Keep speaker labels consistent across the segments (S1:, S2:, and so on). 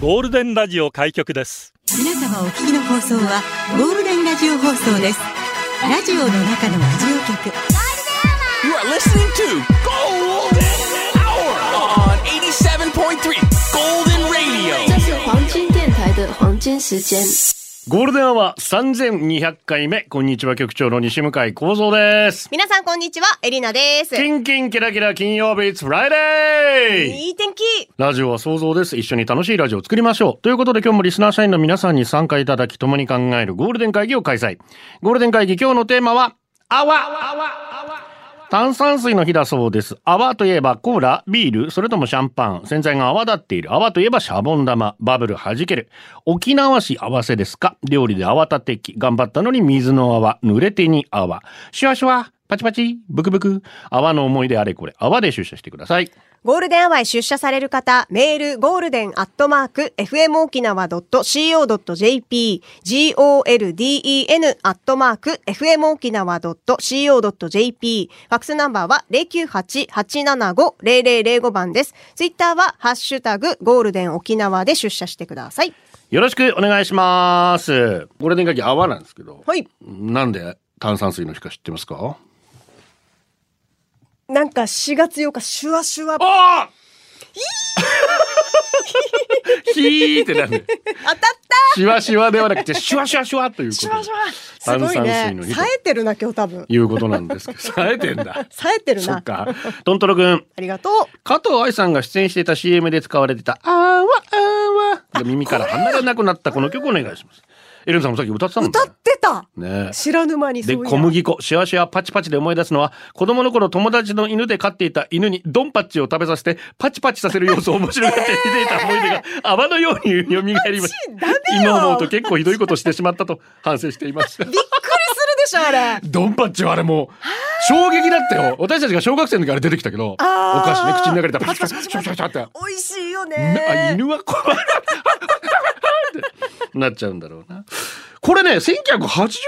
S1: ゴールデンラジオ開局です
S2: 皆様お聞きの放送はゴールデンラジオ放送ですラジオの中のラジオ局
S3: You are listening to Golden Hour on 87.3 Golden Radio.
S4: 这是黄金电台的黄金时间。
S5: ゴールデンは三千二百回目。こんにちは局長の西向井光三です。
S6: 皆さんこんにちは、エリナです。
S5: キンキンキラキラ金曜日 It's Friday。
S6: いい天気
S5: ラジオは想像です。一緒に楽しいラジオを作りましょう。ということで今日もリスナー社員の皆さんに参加いただき共に考えるゴールデン会議を開催。ゴールデン会議今日のテーマは泡。炭酸水の日だそうです。泡といえばコーラ、ビール、それともシャンパン。洗剤が泡立っている。泡といえばシャボン玉、バブル弾ける。沖縄市合わせですか料理で泡立て器。頑張ったのに水の泡、濡れてに泡。シュワシュワ、パチパチ、ブクブク。泡の思い出あれこれ。泡で出社してください。
S6: ゴールデンアワーへ出社される方、メール、ゴールデンアットマーク、fmokinawa.co.jp、golden アットマーク、fmokinawa.co.jp、ファックスナンバーは098-875-0005番です。ツイッターは、ハッシュタグ、ゴールデン沖縄で出社してください。
S5: よろしくお願いします。ゴールデンガキ泡なんですけど、
S6: はい。
S5: なんで炭酸水の日か知ってますか
S6: なんか4月8日、シュワシュワ、
S5: ああヒー ってなんで
S6: 当たった
S5: シワシワではなくてシュワシュワシュワということで
S6: すごい
S5: 炭酸
S6: ね
S5: 水の。日と
S6: 冴えてるな、今日多分。
S5: いうことなんですけど冴えてんだ
S6: 冴えてる
S5: そ
S6: な
S5: っ。かトントロくん
S6: ありがとう。
S5: 加藤愛さんが出演していた CM で使われてた「あーわあーわ」耳から離れなくなったこの曲お願いしますエレンさんもさっき歌ってたもんね
S6: 歌ってた
S5: ねえ
S6: 知らぬ間にそうい
S5: で
S6: う
S5: 小麦粉シュワシュワパチパチで思い出すのは子供の頃友達の犬で飼っていた犬にドンパッチを食べさせてパチパチさせる様子を面白がって見ていた思い出が泡のように蘇りまし
S6: ダメよ
S5: た今思うと結構ひどいことしてしまったと反省しています
S6: びっくりするでしょあれ
S5: ドンパッチはあれもう衝撃だったよ私たちが小学生の時あれ出てきたけどお
S6: あー
S5: 菓子ね口の中でパチパチパチパチパチパチって
S6: 美味しいよ
S5: な
S6: ね
S5: 犬は怖いなってなっちゃうんだろうな。これね、1980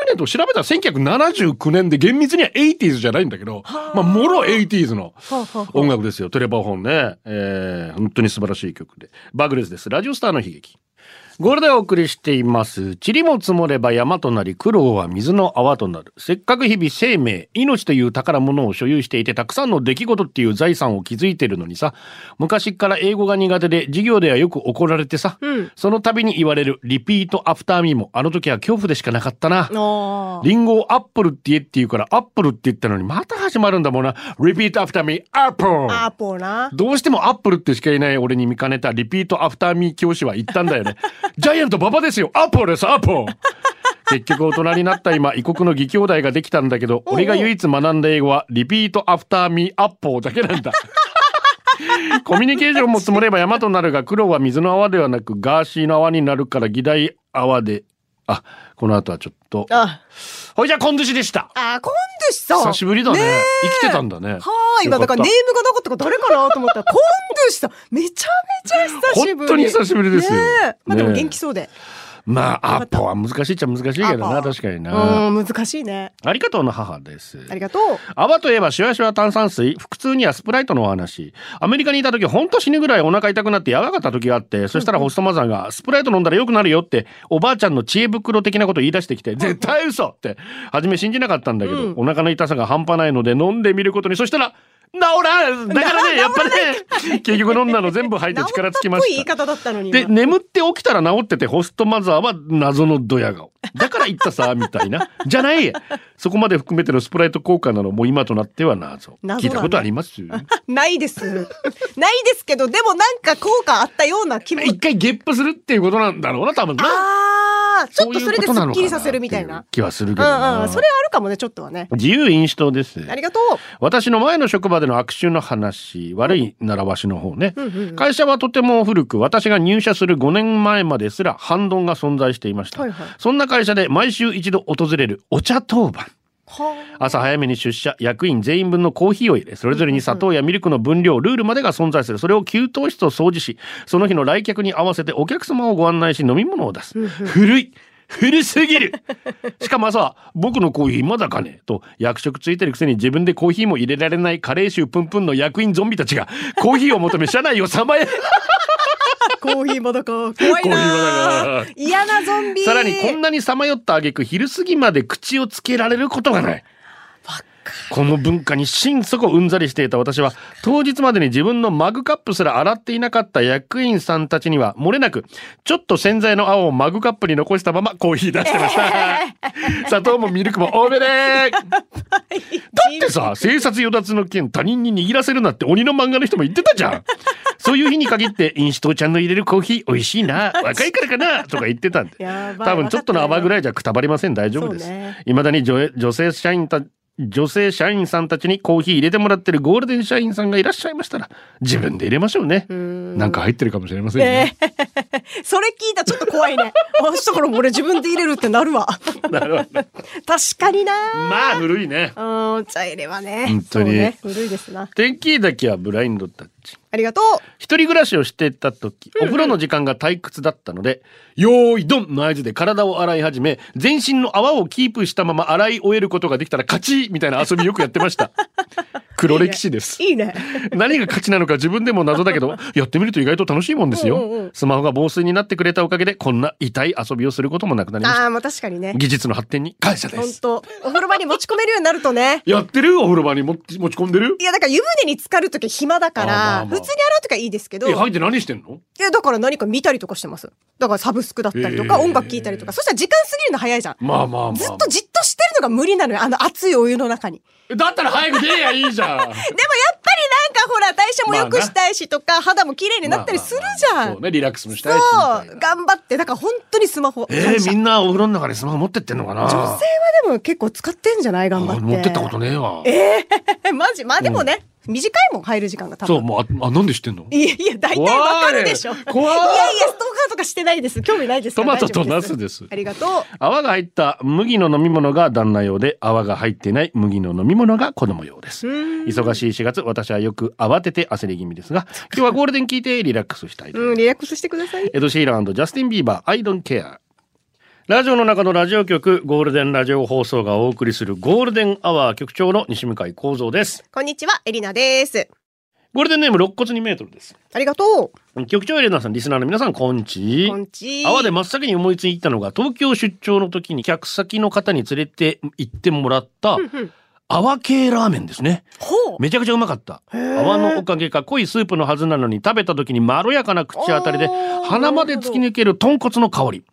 S5: 年と調べたら1979年で厳密には 80s じゃないんだけど、まあ、もろ 80s の音楽ですよ。テレパフォンね。えー、本当に素晴らしい曲で。バグレスです。ラジオスターの悲劇。ゴールデンをお送りしています。塵も積もれば山となり、苦労は水の泡となる。せっかく日々生命、命という宝物を所有していて、たくさんの出来事っていう財産を築いてるのにさ、昔から英語が苦手で、授業ではよく怒られてさ、その度に言われるリピートアフターミーも、あの時は恐怖でしかなかったな。
S6: あー
S5: リンゴをアップルって言えって言うから、アップルって言ったのに、また始まるんだもんな。リピートアフターミー、アップル
S6: アポな
S5: どうしてもアップルってしかいない俺に見かねたリピートアフターミー教師は言ったんだよ ね。ジャイアント馬場ですよアップルですアップル結局大人になった今、異国の義兄弟ができたんだけど、俺が唯一学んだ英語はリピートアフターミーアップルだけなんだ。コミュニケーションも積もれば山となるが、苦労は水の泡ではなくガーシーの泡になるから議題泡で、あ、この後はちょっと。
S6: あ
S5: ほいじゃあ、コンドゥシでした。
S6: あ今度しさん
S5: 久しぶりだね。
S6: ねえ
S5: 生きてたんだね。
S6: はーい今だからネームがなかったから誰かなと思ったら今度しさんめちゃめちゃ久しぶ
S5: 本
S6: り
S5: 当に久しぶりですよ
S6: ねえまあでも
S5: ねえ
S6: 元気そうで
S5: まあ、ア
S6: か
S5: ッ
S6: った
S5: ポは難しいっちゃ難しいけど
S6: ア
S5: な、
S6: ッポ
S5: 確かに
S6: う
S5: な。
S6: ん難しいね
S5: ありがとうの母です。
S6: ありがとう
S5: 泡といえばシュワシュワ炭酸水、腹痛にはスプライトのお話。アメリカにいた時、ほんと死ぬぐらいお腹痛くなってやばかった時があって、そしたらホストマザーが、スプライト飲んだら良くなるよって、おばあちゃんの知恵袋的なこと言い出してきて、絶対嘘って、初め信じなかったんだけど、お腹の痛さが半端ないので飲んでみることに、そしたら、治らんだからね、やっぱ ね、結局飲んだの全部吐いて力尽きま
S6: 治ったっぽい言
S5: し
S6: い
S5: た。
S6: 方だったのに
S5: で、
S6: 今
S5: 眠って起きたら治ってて、ホストマザーは謎のドヤ顔。だから言ったさ、みたい な。じゃないそこまで含めてのスプライト効果なのも今となっては謎。
S6: 謎だね
S5: 聞いたことあります
S6: ないですないですけどでもなんか効果あったような気も
S5: 一回ゲップするっていうことなんだろうな、多分な。
S6: あーちょっとそれで
S5: そういうことな
S6: すっ
S5: のかな
S6: きりさせるみたいな
S5: ってう気はするけ
S6: う
S5: ど
S6: んう。
S5: なん
S6: それあるかもねちょっとはね
S5: 自由民主党です。
S6: ありがとう
S5: 私の前の職場での悪臭の話、悪い習わしの方ね。会社はとても古く、私が入社する5年前まですら反論が存在していました。
S6: はいはい
S5: そんな会社で毎週一度訪れるお茶当番。
S6: はあ
S5: 朝早めに出社役員全員分のコーヒーを入れそれぞれに砂糖やミルクの分量ルールまでが存在するそれを給湯室を掃除しその日の来客に合わせてお客様をご案内し飲み物を出す古い古すぎるしかも朝「僕のコーヒーまだかね?」と役職ついてるくせに自分でコーヒーも入れられない加齢臭プンプンの役員ゾンビたちがコーヒーを求め車内をさまよ
S6: コーヒーもだか怖い
S5: コーヒーま
S6: な
S5: だか
S6: 嫌なゾンビ
S5: さらにこんなにさまよった挙句昼過ぎまで口をつけられることがない。この文化に心底うんざりしていた私は当日までに自分のマグカップすら洗っていなかった役員さんたちには漏れなくちょっと洗剤の青をマグカップに残したままコーヒー出してました、砂糖もミルクも多めでだってさ生殺与奪の件他人に握らせるなって鬼の漫画の人も言ってたじゃんそういう日に限って飲酒父ちゃんの入れるコーヒー美味しいな若いからかなとか言ってたんで
S6: やばい
S5: 多分ちょっとの泡ぐらいじゃくたばりません大丈夫で
S6: そ
S5: す
S6: うね
S5: いま、未だに女女性社員た女性社員さんたちにコーヒー入れてもらってるゴールデン社員さんがいらっしゃいましたら自分で入れましょうねなんか入ってるかもしれませんね、
S6: えーそれ聞いたらちょっと怖いね明日からも俺自分で入れるってなるわ
S5: なるほど
S6: 確かにな
S5: まあ古いね
S6: うんお茶入れはね
S5: 本当に
S6: そうね古いですな
S5: 天気だけはブラインドタッチ
S6: ありがと
S5: 一人暮らしをしてた時、お風呂の時間が退屈だったので、よーいどんの合図で体を洗い始め、全身の泡をキープしたまま洗い終えることができたら勝ちみたいな遊びよくやってま した。黒歴史です
S6: う。いいね
S5: 何が価値なのか自分でも謎だけど、やってみると意外と楽しいもんですよ。
S6: うんうんうん
S5: スマホが防水になってくれたおかげで、こんな痛い遊びをすることもなくなりまし
S6: あ
S5: た。
S6: ーまあ確かにね
S5: 技術の発展に感謝で
S6: 本
S5: す。
S6: 当お風呂場に持ち込めるようになるとね
S5: やってるお風呂場に持ち持ち込んでる
S6: いやだから湯船に浸かるとき暇だから、
S5: あーまあまあ
S6: 普通に洗うときはいいですけど
S5: え、入って何してんの
S6: いやだから何か見たりとかしてますだからサブスクだったりとか、
S5: へー
S6: 音楽聴いたりとかそしたら時間過ぎるの早いじゃん
S5: まあまあまあ、ま
S6: ずっ
S5: あ
S6: と。じっとしてるのが無理なのよあの熱いお湯の中に
S5: だ ったら早く出りゃいいじゃん。
S6: でもやっぱりなんかほら代謝も良くしたいしとか、肌も綺麗になったりするじゃん、
S5: そうね、リラックスもし
S6: そ
S5: たいし。みた
S6: う
S5: いな
S6: 頑張ってだから本当にスマホ
S5: え
S6: 感
S5: ー、
S6: 謝
S5: みんなお風呂の中でスマホ持ってってんのかな
S6: 女性はでも結構使ってんじゃない頑張
S5: あ
S6: って
S5: 持ってったことねえわ。
S6: え マジまあでもね、短いもん入る時間が多分
S5: そう、もう、あ、あなんで知ってんの
S6: いやいや大体わかるでしょいやいや
S5: 怖い怖い
S6: ストーカーとかしてないです興味ないですから
S5: トマトと
S6: 大丈夫
S5: ナスです
S6: ありがとう
S5: 泡が入った麦の飲み物が旦那用で泡が入ってない麦の飲み物が子供用です忙しい4月私はよく慌てて焦り気味ですが今日はゴールデン聞いてリラックスしたいと思い
S6: うん
S5: ます
S6: リラックスしてください
S5: エド・シーランジャスティン・ビーバー「アイドン・ケア」ラジオの中のラジオ局ゴールデンラジオ放送がお送りするゴールデンアワー局長の西向井光三です
S6: こんにちはエリナです
S5: ゴールデンネーム肋骨2メートルです
S6: ありがと
S5: 局長エレナさんリスナーの皆さんこん
S6: う
S5: ち
S6: こんち
S5: 泡で真っ先に思いついたのが東京出張の時に客先の方に連れて行ってもらった
S6: うん
S5: 泡系ラーメンですね
S6: ほう
S5: めちゃくちゃうまかった泡のおかげか濃いスープのはずなのに食べた時にまろやかな口当たりで
S6: あー
S5: 鼻まで突き抜ける豚骨の香り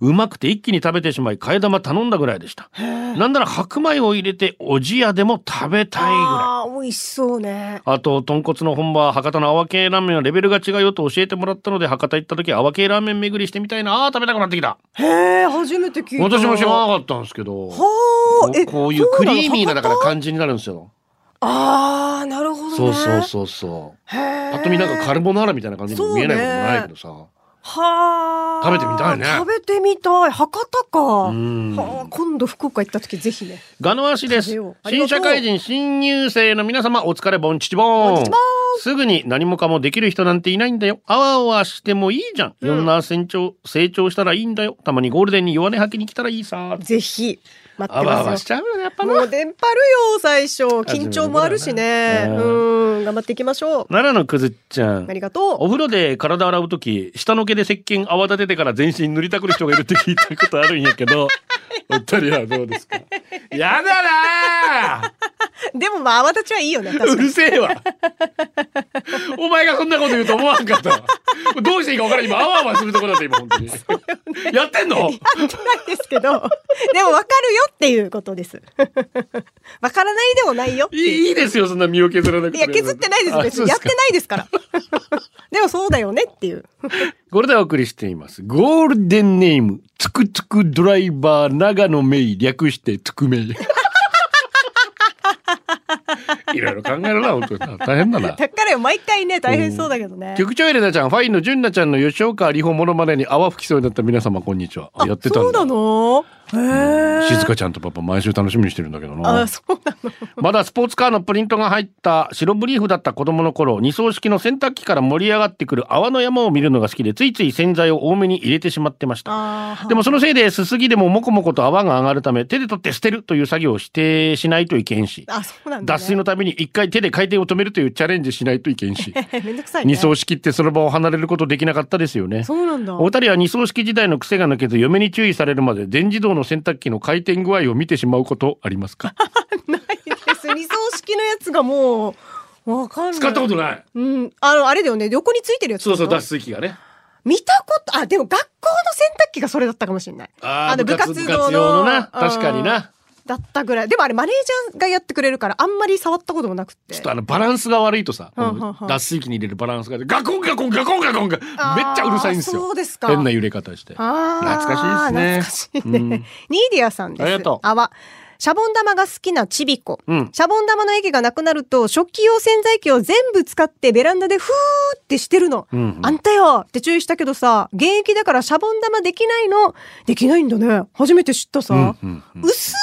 S5: うまくて一気に食べてしまい替え玉頼んだぐらいでしたなんなら白米を入れておじやでも食べたいぐらい
S6: あー美味しそうね
S5: あと、豚骨の本場、博多の泡系ラーメンはレベルが違うよと教えてもらったので、博多行った時、泡系ラーメン巡りしてみたいな、あー食べたくなってきた。
S6: へえ初めて聞いた
S5: 私も知らなかったんですけど、こ
S6: はあえ
S5: うこういう
S6: そ
S5: ク
S6: なの
S5: リーミーなだから
S6: 博多
S5: 感じになるんですよ。
S6: ああなるほどね
S5: そうそうそうそう。
S6: へえ
S5: ぱっと見なんかカルボナーラみたいな感じにも見えないこともないけどさ。
S6: はあ
S5: 食べてみたいね
S6: 食べてみたい博多か
S5: ん
S6: はあ今度福岡行った時ぜひね
S5: ガノアシで
S6: 食べ
S5: す
S6: よう。あり
S5: 新
S6: がとう
S5: 社会人、新入生の皆様、お疲れ、ボンチチボーン。すぐに何もかもできる人なんていないんだよ。あわあわしてもいいじゃん。いろんな成長、成長したらいいんだよ。たまにゴールデンに弱音吐きに来たらいいさ。
S6: ぜひ待っ
S5: あ
S6: て
S5: わあわ
S6: ま
S5: し
S6: す
S5: ちゃうよね、やっぱ
S6: よ
S5: な。
S6: もう電波るよ最初緊張もあるし
S5: 自
S6: ね
S5: 分のことだ
S6: うん頑張っていきましょう
S5: 奈良のくずっちゃん
S6: あ。りがとう
S5: お風呂で体洗うとき、下の毛で石鹸泡立ててから全身塗りたくる人がいるって聞いたことあるんやけど、お二人はどうです かやだな
S6: でもまあ泡立ちはいいよね確か
S5: う
S6: に
S5: るせえわお前がそんなこと言うと思わんかったわどうしていいか分からん今あわあわするところだった今本当に、やってんの
S6: やってないですけどでも分かるよっていうことです 分からないでもないよって
S5: い
S6: いう
S5: いいいですよそんな身を削らなくて
S6: い
S5: い
S6: や削ってないです別にやってないですから でもそうだよねっていう
S5: これでお送りしています。ゴールデンネーム、つくつくドライバー、長野メイ、略してつくめ い。いろいろ考えるな、本当にな。 大変だな。
S6: だからよ毎回ね大変そうだけどね
S5: 局長エレナちゃん、ファインの純奈ちゃんの吉岡里帆モノマネに泡吹きそうになった皆様、こんにちは。あやってたん
S6: そう
S5: だ。
S6: なのへえ、ー
S5: 静香ちゃんとパパ毎週楽しみにしてるんだけど
S6: あ
S5: な
S6: ーそうなの
S5: まだスポーツカーのプリントが入った白ブリーフだった子供の頃二層式の洗濯機から盛り上がってくる泡の山を見るのが好きでついつい洗剤を多めに入れてしまってました
S6: あー
S5: でもそのせいですすぎでももこもこと泡が上がるため手で取って捨てるという作業を指定しないといけんし
S6: あそうなんだ、ね、
S5: 脱水のために一回手で回転を止めるというチャレンジしないといけんし
S6: めんどくさいね
S5: 二層式ってその場を離れることできなかったですよね
S6: そうなんだ
S5: お二人は二層式時代の癖が抜けず嫁に注意されるまで全自動の洗濯機の回転具合を見てしまうことあります か
S6: ないです理想式のやつがもうわかんない
S5: とない
S6: うんあのあれだよね横についてるやつ
S5: 水機がね
S6: 見たことあでも学校の洗濯機がそれだったかもしれない
S5: あー
S6: の
S5: 部活部活用のな確かにな
S6: うんだったぐらいでもあれマネージャーがやってくれるからあんまり触ったこともなくって
S5: ちょっとあのバランスが悪いとさ、
S6: はあはあはあ
S5: 脱水機に入れるバランスがガコンガコンガコンガコンがめっ
S6: あー
S5: ちゃうるさいんです
S6: そ
S5: よ
S6: うですか
S5: 変な揺れ方して
S6: あ
S5: 懐かしいですね
S6: 懐かしいね。
S5: うん
S6: ニーディアさんです。
S5: ありがとう
S6: あわ。シャボン玉が好きなちびこ。
S5: うん
S6: シャボン玉の液がなくなると、食器用洗剤機を全部使ってベランダでふーってしてるの。
S5: うんうん
S6: あんたよって注意したけどさ、現役だからシャボン玉できないの。できないんだね。初めて知ったさ。
S5: うんうんうん
S6: 薄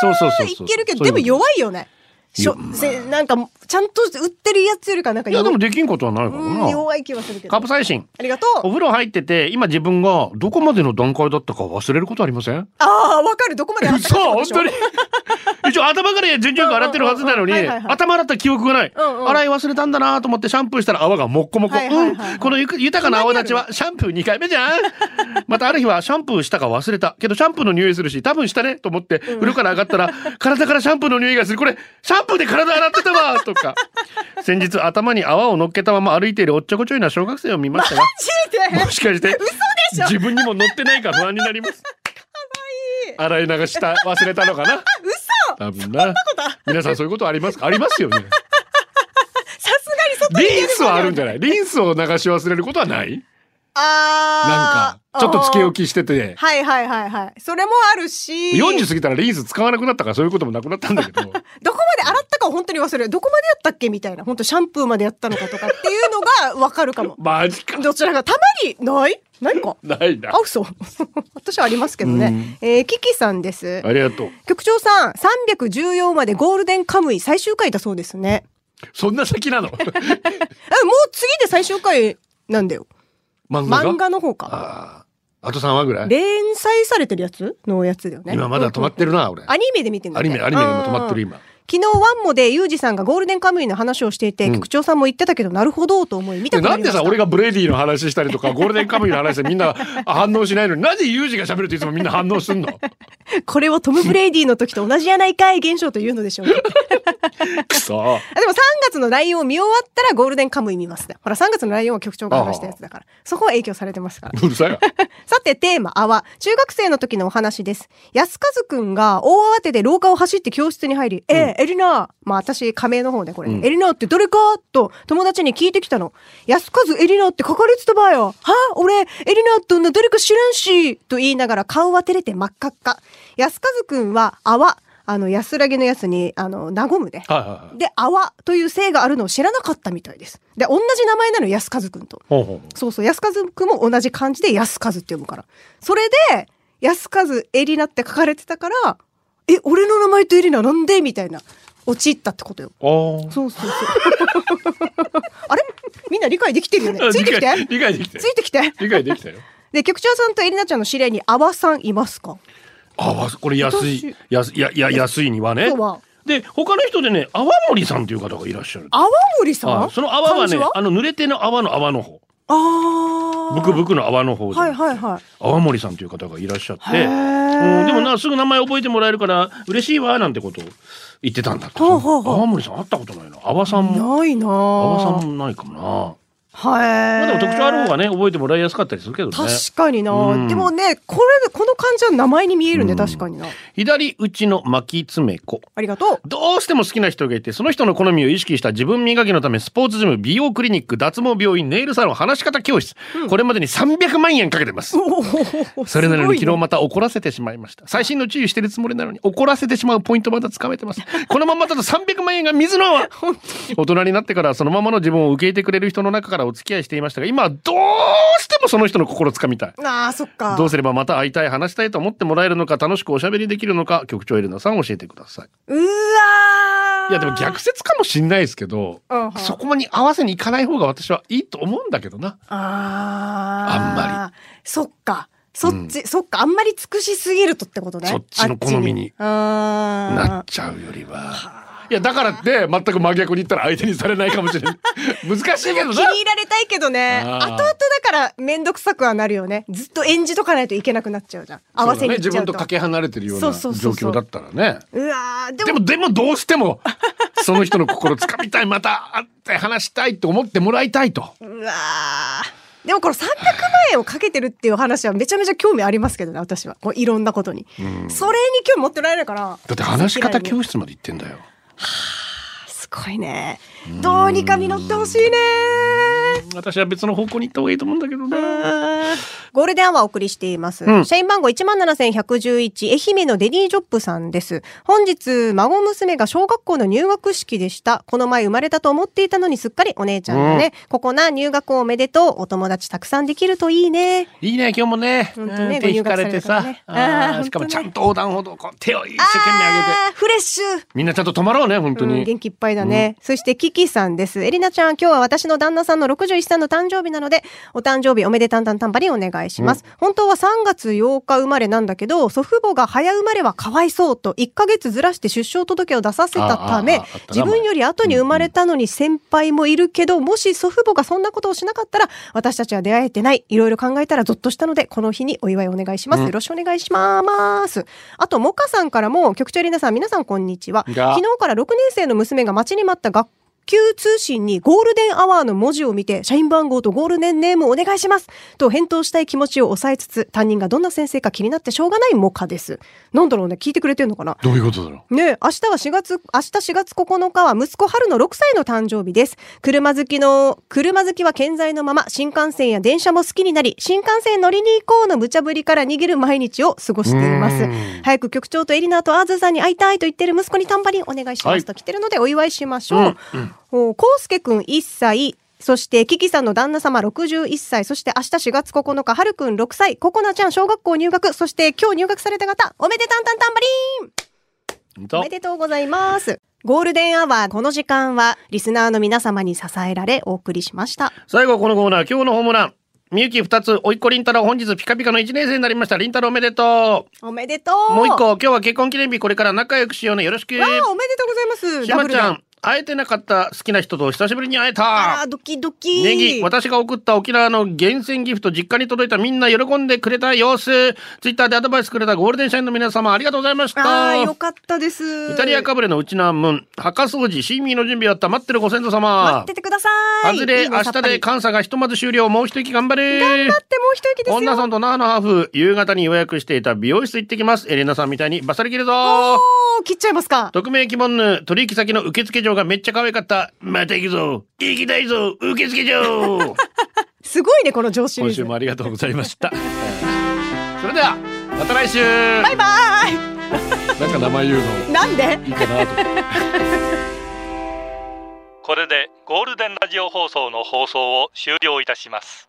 S5: そうそう
S6: め
S5: そ
S6: た
S5: う
S6: い
S5: そう
S6: けるけど、
S5: そうい
S6: で
S5: うこ
S6: も
S5: と
S6: 弱いよね。しょ
S5: いや
S6: せなんか、ちゃんと売ってるやつよりかなんか
S5: いや
S6: 弱
S5: でもできんことはないから
S6: うん
S5: な
S6: 弱い気はするけ
S5: カ
S6: ど
S5: プ。サイシン
S6: ありがと
S5: お
S6: う。
S5: 風呂入ってて今自分がどこまでの段階だったか忘れることありません
S6: ああ、わかる。どこまであったか
S5: 嘘
S6: ってこと
S5: 本
S6: でしょ
S5: 当 に一応頭から順々が洗ってるはずなのに
S6: うんうんうんはいはいはい
S5: 頭洗った記憶がない、
S6: うんうん
S5: 洗い忘れたんだなと思ってシャンプーしたら泡がもっこもこ、
S6: はいはいはいはい
S5: うんこのゆく豊かな泡立ちはシャンプー2回目じゃん またある日はシャンプーしたか忘れたけどシャンプーの匂いするし多分したねと思って風呂から上がったら、体からシャンプーの匂いがするこれシャンプーで体洗ってたわとか先日頭に泡を乗っけたまま歩いているおっちょこちょいな小学生を見ました が
S6: マジで
S5: もしかして 自分にも乗ってないか不安になります。可愛い洗い流した忘れたのかな。嘘。多分な。皆さんそういうことありますか。ありますよね。
S6: さすがに外に出る
S5: リンスはあるんじゃない。リンスを流し忘れることはない。なん
S6: あ
S5: か
S6: ー
S5: ちょっとつけ置
S6: き。
S5: きしてて。
S6: はいはいはいはい。それもあるし。
S5: 40過ぎたらリンス使わなくなったからそういうこともなくなったんだけど。
S6: どこまで洗ったかを本当に忘れる。どこまでやったっけみたいな。本当シャンプーまでやったのかとかっていうのがわかるかも
S5: マジか
S6: どちらかたまにない何か。
S5: ないな
S6: あ、嘘。 私はありますけどね。えー、キキさんです。
S5: ありがとう
S6: 局長さん、314までゴールデンカムイ最終回だそうですね。
S5: そんな先なの
S6: え、もう次で最終回なんだよ。
S5: 漫画が
S6: 漫画の方
S5: あ
S6: か。
S5: ーあと3話ぐらい、
S6: 連載されてるやつのやつだよね。
S5: 今まだ止まってるな俺
S6: アニメで見てんだ
S5: ア
S6: っけ
S5: ニメアニメが今止まってる
S6: うん
S5: 今
S6: 昨日ワンモでユージさんがゴールデンカムイの話をしていて、
S5: うん
S6: 局長さんも言ってたけどなるほどと思い見たく
S5: な
S6: なんり
S5: で
S6: ました
S5: さ俺がブレイディの話したりとかゴールデンカムイの話でみんな反応しないのになぜユージが喋るといつもみんな反応すんの
S6: これをトム・ブレイディの時と同じやないかい現象というのでしょ うか
S5: くそ
S6: あでも3月のライオンを見終わったらゴールデンカムイ見ますねほら3月のライオンは局長が話したやつだからそこは影響されてますから
S5: うるさいわ
S6: さて、テーマ、泡。中学生の時のお話です。安和くんが大慌てで廊下を走って教室に入り、ええ、エリナー。まあ私、仮名の方ね、これ。エリナーってどれかと友達に聞いてきたの。安和エリナーって書かれてたばよ。は俺、エリナーって女誰か知らんし。と言いながら顔は照れて真っ赤っか。安和くんは泡。あの、安らぎのやつに、あの、和むね。
S5: はいはいはい
S6: で、泡という姓があるのを知らなかったみたいです。で、同じ名前なの、安和くんと。
S5: ほうほうほう
S6: そうそう、安和くんも同じ漢字で安和って読むから。それで、安和エリナって書かれてたから、え、俺の名前とエリナなんでみたいな、陥ったってことよ。
S5: おー
S6: そうそ うそう。あれみんな理解できてるよね。ついてき
S5: 理解
S6: て
S5: 理解できたよ
S6: ついてきて。
S5: 理解できたよ
S6: で、局長さんとエリナちゃんの知り合いに、阿波さんいますか
S5: あわこれ安い
S6: 私
S5: 安いやいや安いにはね
S6: そうは
S5: で他の人でね泡森さんという方がいらっしゃる
S6: 阿波森さん
S5: あその泡は
S6: 漢字
S5: ねあの濡れての泡の泡の方
S6: あ
S5: ブクブ
S6: ク。
S5: クの泡の方じゃ
S6: は
S5: ない
S6: はいはい。
S5: 泡森さんという方がいらっしゃって、
S6: へ
S5: う
S6: ー
S5: ん、でもなすぐ名前覚えてもらえるから嬉しいわなんてことを言ってたんだって
S6: ほうほうほう
S5: 泡森さん会ったことないな泡さんも
S6: ないな
S5: 泡さん
S6: ぁ。
S5: もないかもな、ま
S6: は
S5: あ、
S6: い。
S5: でも特徴ある方がね覚えてもらいやすかったりするけどね
S6: 確かにな、
S5: うん
S6: でもねこれこの漢字は名前に見えるね、
S5: うん
S6: 確かにな
S5: 左打ちの巻き爪子
S6: ありがとう
S5: どうしても好きな人がいてその人の好みを意識した自分磨きのためスポーツジム美容クリニック脱毛病院ネイルサロン話し方教室、これまでに300万円かけてます それなのに昨日
S6: も
S5: また怒らせてしまいました。最新の注意してるつもりなのに怒らせてしまうポイントまだつかめて ます。このままだと300万円が水の泡大人になってからそのままの自分を受け入れてくれる人の中からお付き合いしていましたが今はどうしてもその人の心をつかみたい
S6: あーそっか
S5: どうすればまた会いたい話したいと思ってもらえるのか楽しくおしゃべりできるのか局長エルナさん教えてくださいう
S6: わー
S5: いやでも逆説かもしんないですけど
S6: うんうん
S5: そこに合わせに行かない方が私はいいと思うんだけどな
S6: あー
S5: あんま
S6: そっかそっち、そっかあんまり尽くしすぎるとってことね
S5: そっちの好みにな
S6: あ
S5: っちゃうよりは。いやだからって全く真逆に言ったら相手にされないかもしれ ない難しいけど
S6: 気
S5: な
S6: に入られたいけどね
S5: あー
S6: 後々だから面倒くさくはなるよねずっと演じとかないといけなくなっちゃうじゃん合わせにいっちゃ
S5: そううだね自分
S6: と
S5: とかけ離れてるような
S6: そう
S5: 状
S6: そうそうそう
S5: 況だったらね
S6: うわーで
S5: で
S6: も
S5: もでもどうしてもその人の心つかみたいまた会って話したいと思ってもらいたいと
S6: うわーでもこの300万円をかけてるっていう話はめちゃめちゃ興味ありますけどね私はこういろんなことに、それに興味持ってられるから
S5: だって話し方
S6: 好き
S5: 教室まで行ってんだよ
S6: なすごいねどうにか実ってほしいね
S5: 私は別の方向に行った方がいいと思うんだけどな
S6: ゴールデンアワーお送りしています。
S5: うん
S6: 社員番号17111、愛媛のデニージョップさんです。本日、孫娘が小学校の入学式でした。この前生まれたと思っていたのにすっかりお姉ちゃんがね、ここな、入学おめでとう。お友達たくさんできるといいね。
S5: いいね今日もね
S6: 本当ね
S5: うん手引かれてさ
S6: ご入学されたからねあ
S5: あ
S6: ー本当
S5: ー
S6: ね
S5: しかもちゃんと横断歩道こう手を一生懸命上げて
S6: あーフレッシュ
S5: みんなちゃんと止まろうね本当
S6: うん
S5: に
S6: 元気いっぱいだね。そして、キキさんです。エリナちゃん、今日は私の旦那さんの61歳の誕生日なので、お誕生日おめでたんたんたんばりお願いします。本当は3月8日生まれなんだけど、祖父母が早生まれはかわいそうと、1ヶ月ずらして出生届を出させたた
S5: ああ
S6: め
S5: あああったな
S6: 自分より後に生まれたのに先輩もいるけど、もし祖父母がそんなことをしなかったら、私たちは出会えてない。いろいろ考えたらゾッとしたので、この日にお祝いお願いします。よろしくお願いします。あと、モカさんからも、局長エリナさん、皆さんこんにちは。
S5: が
S6: 昨日から6年生の娘が待ちに待った学級通信にゴールデンアワーの文字を見て、社員番号とゴールデンネームをお願いしますと返答したい気持ちを抑えつつ、担任がどんな先生か気になってしょうがないモカです。なんだろうね、聞いてくれてるのかな
S5: どういうことだろ
S6: ねえ明日は4月、明日4月9日は息子春の6歳の誕生日です。車好きの、車好きは健在のまま、新幹線や電車も好きになり、新幹線乗りに行こうの無茶ぶりから逃げる毎日を過ごしていま
S5: う
S6: す
S5: ーん。
S6: 早く局長とエリナとアーズさんに会いたいと言ってる息子にタンバリンお願いしま
S5: は
S6: す
S5: い
S6: と来てるのでお祝いしましょう。おコウスケくん1歳、そして、キキさんの旦那様61歳、そして明日4月9日、はるくん6歳、ココナちゃん小学校入学、そして今日入学された方、おめでたんたんタンバリン
S5: う
S6: おめでとうございます。ゴールデンアワー、この時間は、リスナーの皆様に支えられ、お送りしました。
S5: 最後はこのコーナー今日のホームランみゆき二つおいっ子りんたろう本日ピカピカの一年生になりましたりんたろうおめでと
S6: おめでとう
S5: うもう一個今日は結婚記念日これから仲良くしようねよろしく
S6: わあ、おめでとうございます。
S5: しまちゃ
S6: で。
S5: ん会えてなかった好きな人と久しぶりに会え
S6: あら、
S5: た
S6: ドキドキ。
S5: ネギ私が送った沖縄の厳選ギフト実家に届いたみんな喜んでくれた様子ツイッターでアドバイスくれたゴールデン社員の皆様ありがとうございまし
S6: ああ、
S5: た
S6: よかったです。
S5: イタリアかぶれのうちなむん墓掃除シーミーの準備終わった待ってるご先祖
S6: 待
S5: 様
S6: っててください。
S5: 外れ
S6: いいね
S5: 明日で。監査がひとまず終了もう一息頑張れ
S6: さっぱり待って、もう一息ですよ。
S5: 女さんと那覇のハーフ夕方に予約していた美容室行ってきますエレナさんみたいにバッサリ切るぞ
S6: おー切っちゃいますか。
S5: 匿名希望ぬ取引先の受付嬢がめっちゃ可愛かったまた行くぞ行きたいぞ受付嬢
S6: すごいね、この上司
S5: 今週もありがとうございました それではまた来週
S6: バイバ
S5: なんか名前言うの
S6: ーイ。なんで
S5: いいかなと
S1: これでゴールデンラジオ放送の放送を終了いたします